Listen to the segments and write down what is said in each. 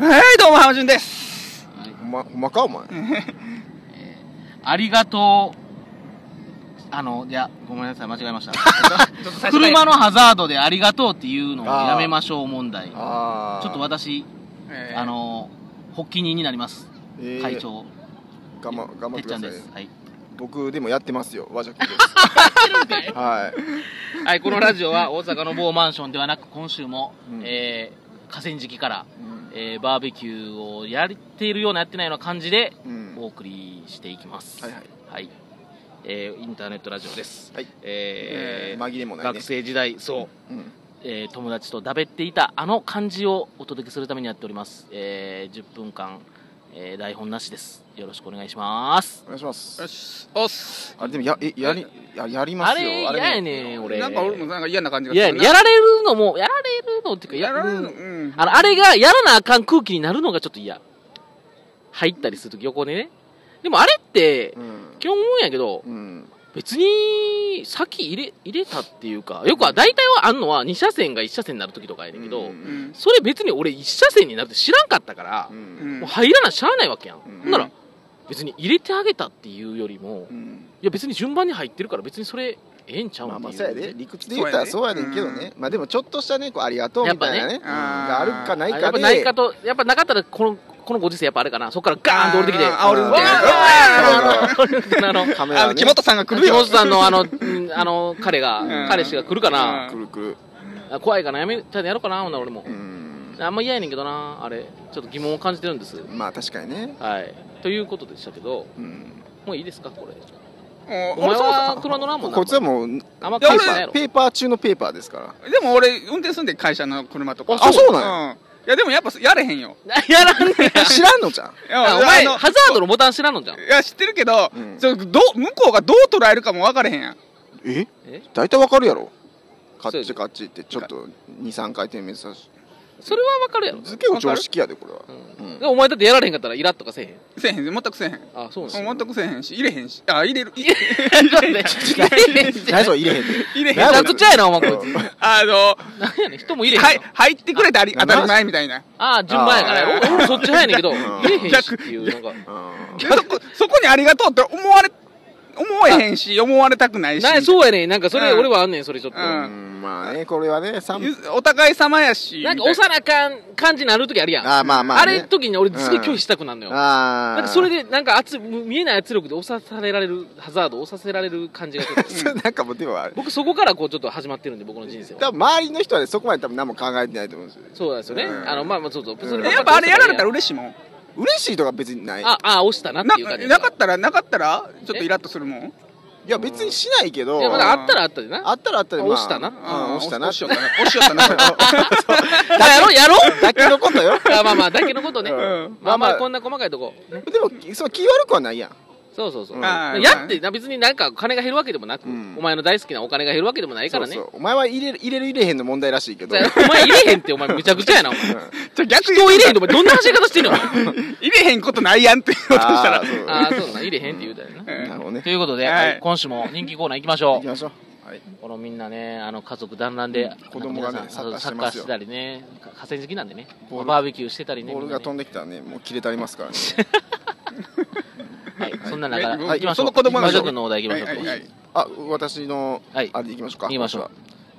浜潤です。はいほんま、ほんまかお前。えーありがとう。あの、いや、ごめんなさい、間違え ました。ちょっと最初車からのハザードでありがとうっていうのをやめましょう問題。ちょああ。っと私、えーあの、発起人になります。えー会。長、頑張頑てって張っくちゃだんさでい。す。はい。僕でもやってますよ。和尺 です。はい。はい、このラジオ は大阪の某マンションではなく、今週も、うんえー河川敷から、うんえーバーベキューをやっているようなやってないような感じでうん。お送りしていきます。はいはい。はい。えーインターネットラジオです。はいえー紛れもないね学。生時代、そう、うん。えー友達とだべっていたあの感じをお届けするためにやっております。えー10分間、えー台本なしです。よろしくお願いしますお。願いしますよ。しおっすあれでもや、え、やり、ややりまあすれ、よ。嫌やね。ねん、俺。なんか俺もなんか嫌な感じがいや、するなやられるのも、やられるのっていうか、やられるのうんうんあの、あれがやらなあかん空気になるのがちょっと嫌。入ったりするとき、横でね。でもあれってう、ん。基本思うんやけど、うん。別に、先入れ、入れたっていうか、よくは、大体はあんのは、2車線が1車線になるときとかやねんけど、うんうんそれ別に俺1車線になるって知らんかったからう、。うんんもう入らなしゃあないわけやん。うんほんなら、別に入れてあげたっていうよりもう、ん。いや別に順番に入ってるから別にそれ、ええんちゃうんまっあていう。まあそうやで理屈で言ったらそうやねんけどそうやねまあでもちょっとしたねこうありがとうみたいなねやうんっぱねあーがあるかないあやかっぱでないかと、やっぱなかったら、この、このご時世やっぱあれかな。そっからガーンと降りてきて。あー煽るみたいなうわあの、あの、カメラあね木本さんが来る木よ本さんのあの、うんあの、彼うんが、彼氏が来るかな。くるくるあ怖いかな。やめ、ちゃんとやろうかな、ほんなら俺もう。んあんま嫌やねんけどな、あれ。ちょっと疑問を感じてるんです。まあ確かにねはい。ということでしたけど、うんもういいですか、これ。もうお前俺そうさは車乗らんもんな。こいつはもうペーあんまパ返俺してないやーろ。ペーパー中のペーパーですからでも俺運転するんで会社の車とかあそうなんいやでもやっぱやれへんよ やらんねや。知らんのじゃんいやあお前、あのハザードのボタン知らんのじゃん。いや知ってるけど,、うんちょどう向こうがどう捉えるかも分からへんやんええ大体わかるやろカそうやッチでカッチってちょっと23回転目さしそれはわかるやろ。結構常識やでこれはうんでお前だってやられへんかったらイラッとかせえへん。せえへん全くせえへんあ、そうなん ですね全くせえへんし入れへんしあ入れるい入 何それ入れへんれねへんめちゃくちゃやな、お前こいつ。あのなんやねん、人も入れへんの。はい入ってくれてありあ当たり前みたいなああ、順番やから。あー俺もそっち早いねんけど、ん入れへんしっていう、なんか。うんでそこそこにありがとうって思われ思えへんし思われたくないしなそうやねん、なんかそれうん俺はあんねん、それちょっと。うんなうんまあねこれはね三ゆずお互い様やしんかみたい幼かん感じになるときあるやん。あーまあまああねれ時に俺すごい拒否したくなるのよ。なああんかそれで、なんか圧、見えない圧力で押さされられる、ハザード押させられる感じがちょっと。そう なんかもうでもあれ僕そこからこうちょっと始まってるんで、僕の人生多は。分周りの人はねそこまで多分何も考えてないと思うんですよそうなんですよね。うんあの、まあまあ、そうそう。そえれがやっぱあれやられたら嬉しいもん嬉しいとか別にないあ、あ、押したなってないう感じ。なかったらなかったらちょっとイラッとするもんいや別にしないけどいや、まだあったらあったでな。あったらあったでまあ押したなうん押したな押しよったな押しよったな あやろうやろうだけのことよ あまあまあ、だけのことね。うんまあままあまあ、あこんな細かいとこ。ねでもそう気悪くはないやんそうそうそう。うんはいやってな、別になんか金が減るわけでもなく、うんお前の大好きなお金が減るわけでもないからね。そうそうお前は入れる入れる入れへんの問題らしいけどそうお前入れへんって、お前むちゃくちゃやな、お前。人じゃあ逆をに入れへんって、お前どんな走り方してんの、お前。入れへんことないやんって言おうとしたらあーそうああ、そうだな、入れへんって言うたよな。うんなるほどね ということで、はいはい今週も人気コーナー行きましょ行きう。ましょうはいこのみんなね、あの家族団らんで、子供がねなんか皆さんあのササッッカカーーしてますよしてたりね、河川敷なんでね、ボールバーベキューしてたりね、ボールがみん飛なんできたらねもう切れたりますからねねはい、そんな中、はい行きましそょ。うの子供魔が女君のお題行きましょう。はいはいはいあ私のはいあれでいきましょうか行きましょう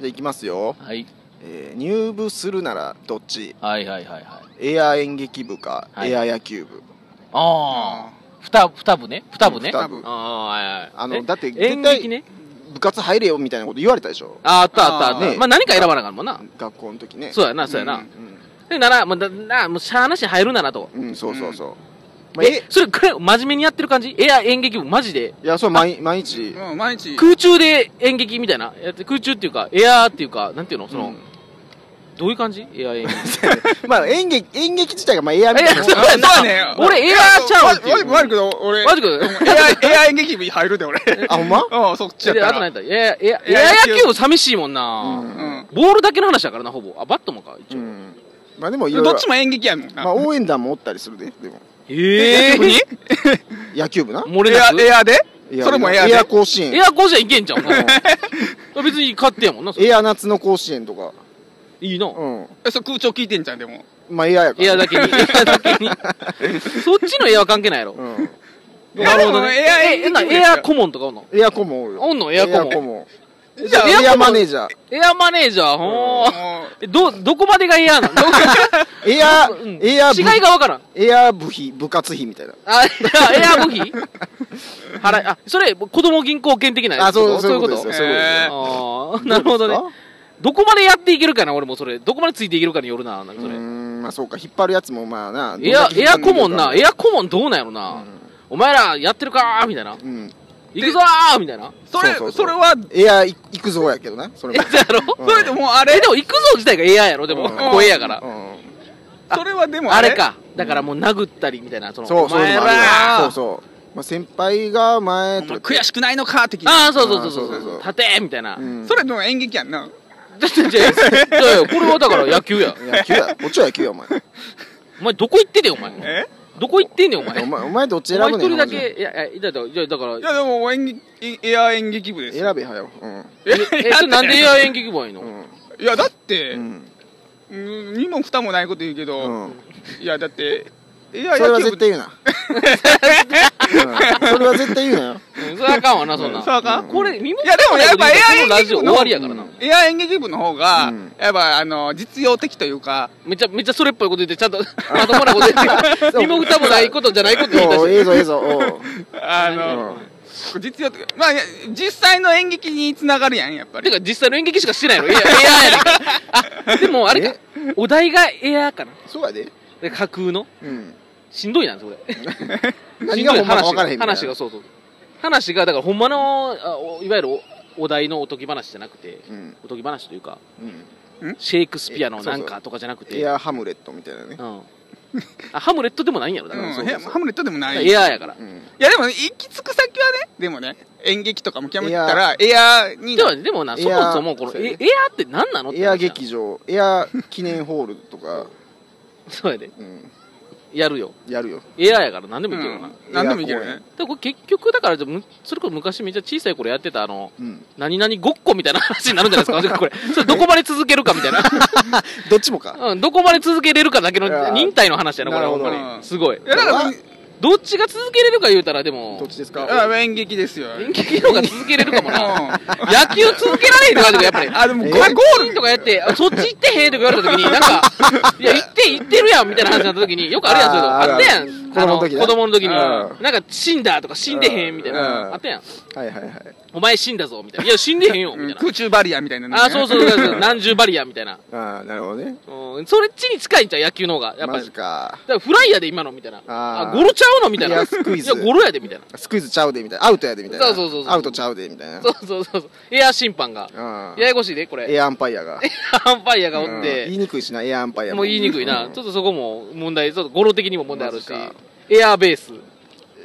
じゃあいきますよ、はい、えー入部するならどっちはい、はい、はい。はいエア演劇部か、はいエア野球部ああ。二二部ね二部ね二部ああはいはいあのえだって絶対演劇ね部活入れよみたいなこと言われたでしょああったあったああっーた、まあ何か選ばなあかんもんな学校の時ねそうやなそうやな、うんうんでならもうだなもうしゃあなし入るならとうん、そうそうそう。まあ、ええそれこれ真面目にやってる感じエア演劇部マジでいや、そう、毎毎日、うん毎日空中で演劇みたいなやって空中っていうかエアーっていうかなんていうのその、うんどういう感じエア演劇 まあ、演劇、演劇自体が、まあ、エアみたいなもんえそうやなそうやね俺エアーちゃうっていう悪くど俺マジかエアエア演劇部に入るで俺あ、ほんまうんそっちやっであたとら何やったエアエアエエアア野球野球部寂しいもんうな、うんボールだけの話やからなほぼあバットもか一う応、ん。まあ、でも、いろいろ。どっちも演劇やもんなまあ、応援団もおったりするで、でも。ええ ー、野球部な。漏れエなアくエアでエアそれもエアエアで甲子園。エアコンじゃいけんじゃん。 別に勝手やもんな、それエア夏の甲子園とか。いいな。うん。えそれ空調聞いてんじゃんでもまあ嫌やからエアだ けに、エアだけに。そっちのエアは関係ないやろ。うんいやでもエアええなエア顧問とかおんのエアコもおるよおんのエアコももじゃあエアエアコもマネージャーエアマネージャー、ほー。もえど、どこまでがエアなのエア、うんエア部違いがわからん。エア部費部活費みたいなあ、エア部費払い、あ、それ、子供銀行券的なやつあそうそういうこそとういうことですそよういうことですあ ーなるほどね。どこまでやっていけるかな、俺もそれ。どこまでついていけるかによるな、なんかうそれー。んまあそうか引っ張るやつもまあなエア、エア顧問な、エエア顧問どうなんやろな。お前らやってるかーみたいな。うん行くぞーみたいな。うそれそうそそうそうれはエアい行くぞやけどなそ れもやろうんそれでもうあえ、れでも行くぞ自体がエアやろ、でも。うんこうエアやから。うんそれはでもあれか。だからもう殴ったりみたいな、その、そうおそうい前うのらもあるよーそうそうまあ先輩が前お前と悔しくないのか的なああ、そうそうそうあそーそううそうそ。そうう立てーみ たいな。うんそれでも演劇やんなだってじゃあいやいやこれはだから野球や。野球やこっちは野球やお前お前どこ行ってんねん、お前。えどこ行ってんねん、お前。おお前お前どっち選前ぶ一ねん人だマジけ、いや、いや、だから、いやだからい、やでも演劇エア演劇部でです選べはようんいやえ、それなんでエア演劇部はいいのうんいやだって、うんうん、にも蓋もないこと言うけど、うんいやだっていやそれは野球絶部対言うなうんそれは絶対言うなようんそれはあかんわな、そんな。そうか、うんこれ、見もいやでもやっぱこの AI ラジオ終わりやからなう。エア演劇部の方が、うんやっぱあの実用的というかめっちゃ、めっちゃそれっぽいこと言って、ちゃんと、まともなこと言って、身も蓋もないことじゃないこと言い出おうえしえぞええぞおうあの、実用的まあいや実際の演劇につながるやんやっぱてりか、実際の演劇しかしてないの。いや、エアやねんから。あ、でもあれか、お題がエアかな。そうやでで架空の。うんしんどいなんです、これ。 何がほんまか分からへんみたいな話が話がそうそう話がだからほんまのあおいわゆるおお題のおとぎ話じゃなくてうんおとぎ話というかうんシェイクスピアのえそうなそうんかとかじゃなくてエアハムレットみたいなねうん、あハムレットでもないんやろだうから、んそうへハムレットでもないエアーやから、うんいやでも行き着く先はねでもね演劇とかも極めてたらエアにでもでもなエアそもそもこのそうやエねエアって何なのってエ話アやん劇場エア記念ホールとかそうやでうんやるよやるよエアーやから何でもいけるよな、うんだか何でもいけるねらこれ結局だからじゃあむそれこそ昔めっちゃ小さい頃やってたあのうん何々ごっこみたいな話になるんじゃないですか これそれどこまで続けるかみたいなどっちもかうん、どこまで続けれるかだけいのや忍耐の話やな、これ、なるほほんどまに。すごい。いやだからあどっちが続けれるか言うたら、でどもっ、ちですあか演劇ですよ演劇の方が続けれるかも な。うん野球続けられへんとか、やっぱり。あでもえこーれゴールとかやって、あそっち行ってへんとか言われた時に、なんか、いや、行って、行ってるやんみたいな話になった時に、よくあるやん、そういうの。あーあったやあるん。あるあの、子供の時な子供の時に。うんなんか、死んだとか、死んでへんみたいうんな。あったやん。はいはいはいお前死んだぞ、みたいな。いや、死んでへんよ、うみんたい空中バリアみたいなのねな。あ、そうそうそうそう、何重バリアみたいな。ああなるほどねうん、それっちに近いんちゃう、野球の方が。やっぱマりジ。かだからフライやで今のみたいなああーゴロちゃうのみたいないやスクイズいやゴロやでみたいなスクイズちゃうでみたいなアウトやでみたいなそうそうそうそうアウトちゃうでみたいなそうそうそうそうエア審判があややこしいでこあれエアアンパイアがアンパイアがおっうん言ていにくいしなエアアンパイアもう言いにくいな、んちょっとそこも問題ちょっとゴロ的にも問題あるしマジかエアベース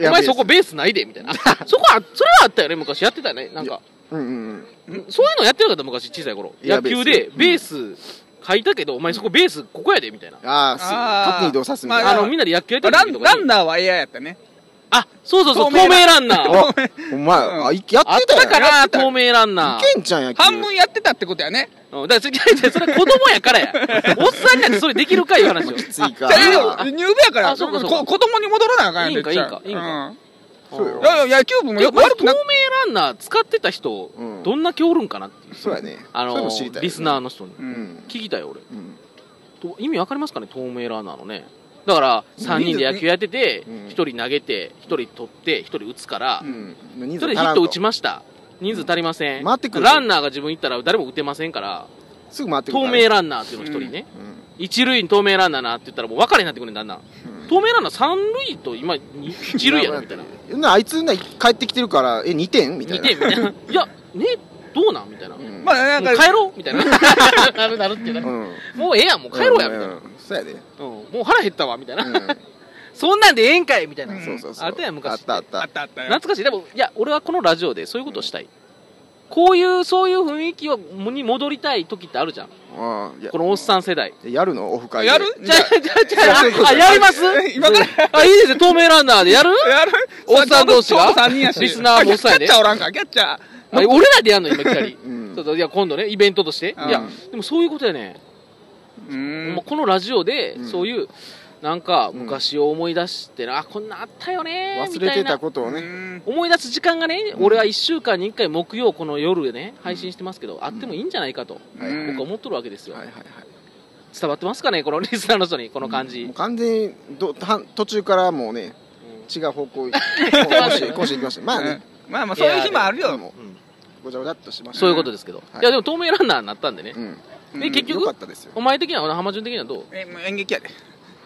エおアベー前スそこベースないでみたいなそこはそれはあったよね昔やってたよねなんかうんうんそういうのやってなかった昔小さい頃エア野ベース球でベース書いたけど、お前そこベースここやでみたいなうんあああー縦に移動さすみたいまあなのみんなで野球やってラたン時とラかンにナーはエアやったねあそうそうそう透透明明ランナーあお前うんあいやっあってたたかやんやっなてた透明ランナーいけんちゃんや半分やってたってことやねうん、だからそれ、それ子供やからや。 おっさんになってそれできるかいう話を。きついかじゃあいいよあ入部やからあそうかそうかこ子供に戻らなあかんやんいいんか絶対いいんかいいんかうんそうよいやいや野球部もいやよまず悪透く明なランナー使ってた人、うんどんだけおるんかなっていうそうやねあそういうのの知りたいよねリスナーの人に。ううんん聞きたいよ、俺。うんと意味わかりますかね、透明ランナーのね。だから、3人で野球やっててうん、 1人投げて、1人取って、1人打つからう、ん人そ数れ足ヒッらんトと打ちました。人数足りません。うん回ってくるランナーが自分行ったら誰も打てませんから、すぐ回ってくる透から明ランナーっていうの1人ね。一塁に透明ランナーなって言ったらもう分かれへんなってくるんだんだん。うん透明ランナー三塁と今に一塁やろみたいなうんなあいつな帰ってきてるからえ2点みたい2な点みたい ないやねどうなんみたいな、うんまあなんもかう帰ろうみたいななるなるっていうねうんもうええやんもう帰ろうやみたいな、うんそうやでうんもう腹減ったわみたいな、うん そんなんでええんかいみたいな、うんそうそうそうあったやん昔あったあったあったあったよ懐かしいでもいや俺はこのラジオでそういうことをしたい、こういうそういう雰囲気をに戻りたい時ってあるじゃんうんいやこのおっさん世代やるのオフ会でやるじゃあじゃあじゃあそういうことあやります今からあいいですよ透明ランナーでやるやるおっさん同士が3人やしリスナーもおっさんやでキャッチャーおらんかキャッチャーあ俺らでやんの今きたりうんそうそういや今度ねイベントとして、うんいやでもそういうことやねうもうんこのラジオでうんそういう、なんか昔を思い出してな、あこんなあったよねみ忘れたいてなたことをね、ね思い出す時間がね、俺は1週間に1回木曜この夜ね配信してますけど、あってもいいんじゃないかと、うん僕は思っとるわけですよ、はいはいはい伝わってますかねこのリ スナーの人にこの感じ、もう完全にどた途中からもうねうん違う 方向講師講師行きましたまあね、まあまあそういう日もあるよもうんうごちゃごちゃっとしましたそういうことですけど、はいい、やでも透明ランナーになったんでね、うんうんで結局よかったですよお前的には浜順的にはどうえもう演劇やで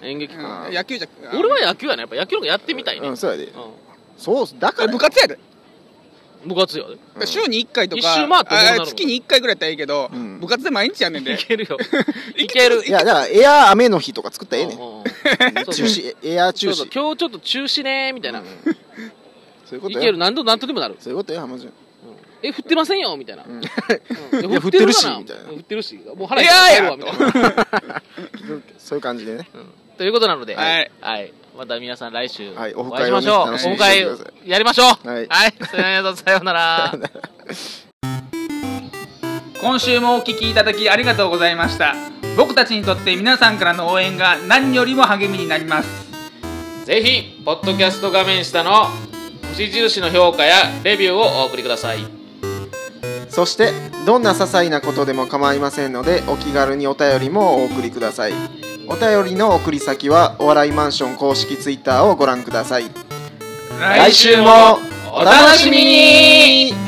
演劇か、うん野球じゃ俺は野球やねやっぱ野球の方がやってみたいね、ううんんそうやでそうだかえら部活やで部活やでうん週に1回とか一周回ってどうなるのあ月に1回ぐらいやったらいいけどうん部活で毎日やんねんいでけるよいけるいやだからエアー雨の日とか作ったらええねんうんうんそう中止エアー中そう止そうう今日ちょっと中止ねみたいな、んそういうこいとけるよ何度何とでもなる、そういうことよ浜順うんえ振ってませんよみたいな、うんうんいや振ってるしかみたいな振ってるしもう腹いっいぱいやあいるやわみたいな、 そういう感じでねうんということなので、はいまた皆さん来週おは会いしいオフ会をまねしょう、楽しみオにフして会くださやりましょうはいそれでは皆さんさようなら 今週もお聞きいただきありがとうございました僕たちにとって皆さんからの応援が何よりも励みになりますぜひポッドキャスト画面下の星印の評価やレビューをお送りくださいそしてどんな些細なことでも構いませんのでお気軽にお便りもお送りくださいお便りの送り先はお笑いマンション公式ツイッターをご覧ください来週もお楽しみに